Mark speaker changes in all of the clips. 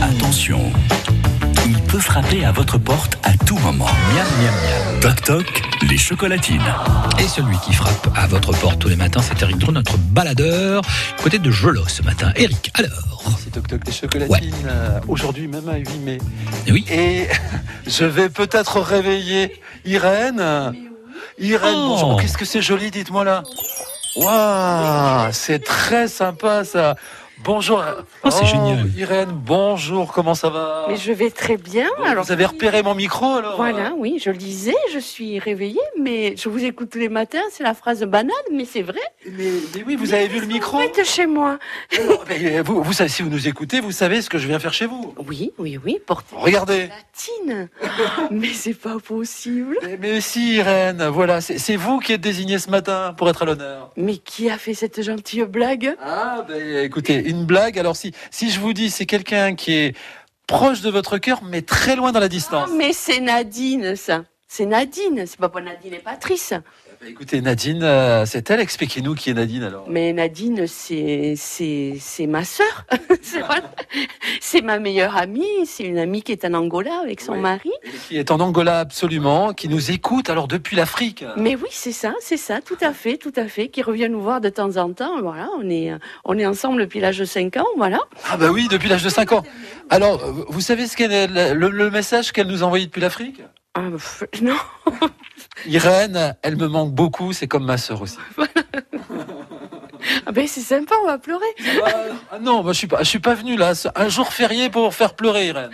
Speaker 1: Attention, il peut frapper à votre porte à tout moment.
Speaker 2: Miam, miam, miam.
Speaker 1: Toc toc, les chocolatines.
Speaker 2: Et celui qui frappe à votre porte tous les matins, c'est Eric Drou, notre baladeur, côté de Jolo ce matin. Eric, alors
Speaker 3: C'est Toc Toc des chocolatines.
Speaker 2: Ouais.
Speaker 3: euh, Aujourd'hui, même à 8 mai.
Speaker 2: Eh Oui,
Speaker 3: Et je vais peut-être réveiller Irène. Irène,
Speaker 2: Oh.
Speaker 3: bonjour. Qu'est-ce que c'est joli, dites-moi là. Waouh, c'est très sympa ça. Bonjour.
Speaker 2: Oh, c'est génial.
Speaker 3: Irène, bonjour. Comment ça va
Speaker 4: Mais je vais très bien. Alors,
Speaker 3: Vous avez repéré mon micro alors
Speaker 4: voilà, oui, je lisais, je suis réveillée, mais je vous écoute tous les matins, c'est la phrase banale, mais c'est vrai.
Speaker 3: Mais, mais oui, vous avez vu le micro
Speaker 4: Vous êtes chez moi.
Speaker 3: Mais euh, vous, vous savez, Si vous nous écoutez, vous savez ce que je viens faire chez vous.
Speaker 4: Oui, oui, oui, portez
Speaker 3: Regardez.
Speaker 4: latine. mais c'est pas possible.
Speaker 3: Mais, mais si, Irène, voilà, c'est c'est vous qui êtes désignée ce matin pour être à l'honneur.
Speaker 4: Mais qui a fait cette gentille blague
Speaker 3: Ah, ben écoutez, une blague. Alors, si, si je vous dis, c'est quelqu'un qui est proche de votre cœur, mais très loin dans la
Speaker 4: Ah,
Speaker 3: distance.
Speaker 4: Mais c'est Nadine, ça. C'est Nadine, c'est pas pour Nadine et Patrice.
Speaker 3: Ben, écoutez, Nadine, euh, c'est elle. Expliquez-nous qui est Nadine alors.
Speaker 4: Mais Nadine, c'est c'est c'est ma sœur. c'est vrai. C'est ma meilleure amie. C'est une amie qui est en Angola avec son
Speaker 3: Oui.
Speaker 4: mari.
Speaker 3: Qui est en Angola, absolument, qui nous écoute alors depuis l'Afrique.
Speaker 4: Mais oui, c'est ça, c'est ça, tout à fait, tout à fait, qui revient nous voir de temps en temps. Voilà, on est, euh, on est ensemble depuis l'âge de 5 ans, voilà.
Speaker 3: Ah, bah oui, depuis l'âge de 5 ans. Alors, euh, vous savez ce qu'elle, elle- le, le message qu'elle nous a envoyé depuis l'Afrique
Speaker 4: Ah, pff, non,
Speaker 3: Irène, elle me manque beaucoup, c'est comme ma sœur aussi.
Speaker 4: ah ben c'est sympa, on va pleurer.
Speaker 3: Ah non, moi je suis pas, je suis pas venu là. Un jour férié pour faire pleurer Irène.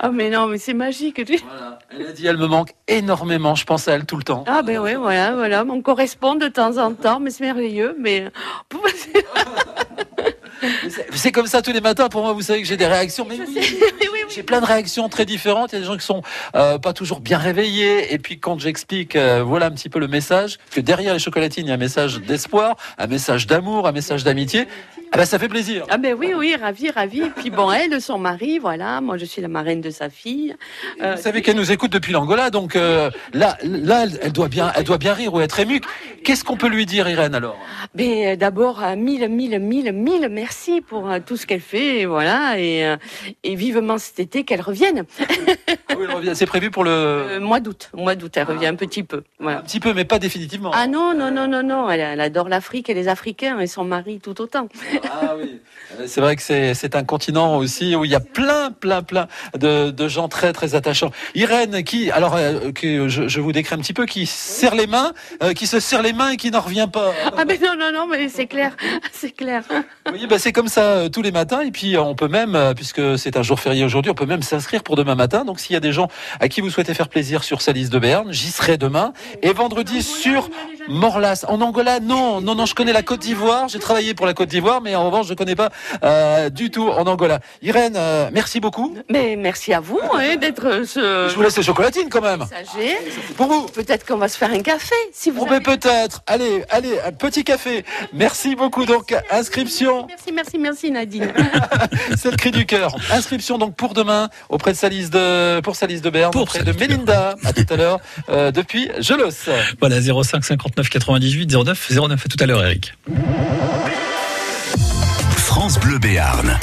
Speaker 4: Ah mais non, mais c'est magique. tu-
Speaker 3: Voilà. Elle a dit, elle me manque énormément. Je pense à elle tout le temps.
Speaker 4: Ah ben ouais, voilà, voilà, on correspond de temps en temps, mais c'est merveilleux. Mais Pouf, c'est-
Speaker 3: Mais C'est c'est comme ça tous les matins. Pour moi, vous savez que j'ai des réactions. Mais
Speaker 4: je
Speaker 3: oui,
Speaker 4: sais, oui, oui,
Speaker 3: J'ai plein de réactions très différentes. Il y a des gens qui sont euh, pas toujours bien réveillés. Et puis quand j'explique, euh, voilà un petit peu le message que derrière les chocolatines, il y a un message d'espoir, un message d'amour, un message d'amitié. Ah ben ça fait plaisir.
Speaker 4: Ah ben oui, oui, ravi, ravi. Et puis bon, elle, son mari, voilà, moi je suis la marraine de sa fille. Euh,
Speaker 3: Vous savez qu'elle nous écoute depuis l'Angola, donc euh, là, là, elle, elle doit bien, elle doit bien rire ou être émue. Qu'est-ce qu'on peut lui dire, Irène alors
Speaker 4: Mais euh, d'abord, euh, mille, mille, mille, mille merci pour euh, tout ce qu'elle fait, et voilà, et, euh, et vivement cet été qu'elle revienne.
Speaker 3: Ah oui, elle revient. C'est prévu pour le
Speaker 4: Euh, mois d'août, mois d'août, elle revient un petit peu,
Speaker 3: un
Speaker 4: voilà.
Speaker 3: petit peu, mais pas définitivement.
Speaker 4: Ah non, non, non, non, non, elle, elle adore l'Afrique et les Africains et son mari tout autant.
Speaker 3: Ah oui, Euh, c'est vrai que c'est c'est un continent aussi où il y a plein, plein, plein de, de gens très, très attachants. Irène, qui, alors, euh, que je, je vous décris un petit peu, qui serre les mains, euh, qui se serre les mains et qui n'en revient pas.
Speaker 4: Ah mais non, non, non, mais c'est clair, c'est clair.
Speaker 3: Vous voyez, bah, c'est comme ça euh, tous les matins. Et puis, euh, on peut même, euh, puisque c'est un jour férié aujourd'hui, on peut même s'inscrire pour demain matin. Donc, s'il y a des gens à qui vous souhaitez faire plaisir sur Salis de Berne, j'y serai demain. Et vendredi sur Morlas. En Angola, non, non, non, je connais la Côte d'Ivoire. J'ai travaillé pour la Côte d'Ivoire, mais en revanche, je connais pas euh, du tout en Angola. Irène, euh, merci beaucoup.
Speaker 4: Mais merci à vous hein, d'être euh,
Speaker 3: Je vous
Speaker 4: ce
Speaker 3: laisse les chocolatines quand même.
Speaker 4: messager.
Speaker 3: Pour vous.
Speaker 4: Peut-être qu'on va se faire un café si vous
Speaker 3: Pour mais
Speaker 4: avez...
Speaker 3: peut-être. Allez, allez, un petit café. Merci beaucoup. Donc, inscription.
Speaker 4: Merci, merci, merci Nadine.
Speaker 3: C'est le cri du cœur. Inscription donc pour demain auprès de Salis de pour Salis de Berne,
Speaker 2: Pour
Speaker 3: auprès
Speaker 2: Salis
Speaker 3: de
Speaker 2: de Berne.
Speaker 3: Melinda. À tout à l'heure euh, depuis Gelos.
Speaker 2: voilà, 05 59 98 09 09. À tout à l'heure, Eric.
Speaker 1: France Bleu Béarn.